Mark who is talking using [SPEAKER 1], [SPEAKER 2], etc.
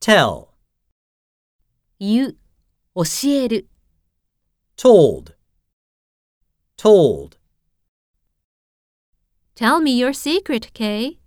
[SPEAKER 1] tell,
[SPEAKER 2] 言う、教える、
[SPEAKER 1] told, told.
[SPEAKER 2] tell me your secret, Kay.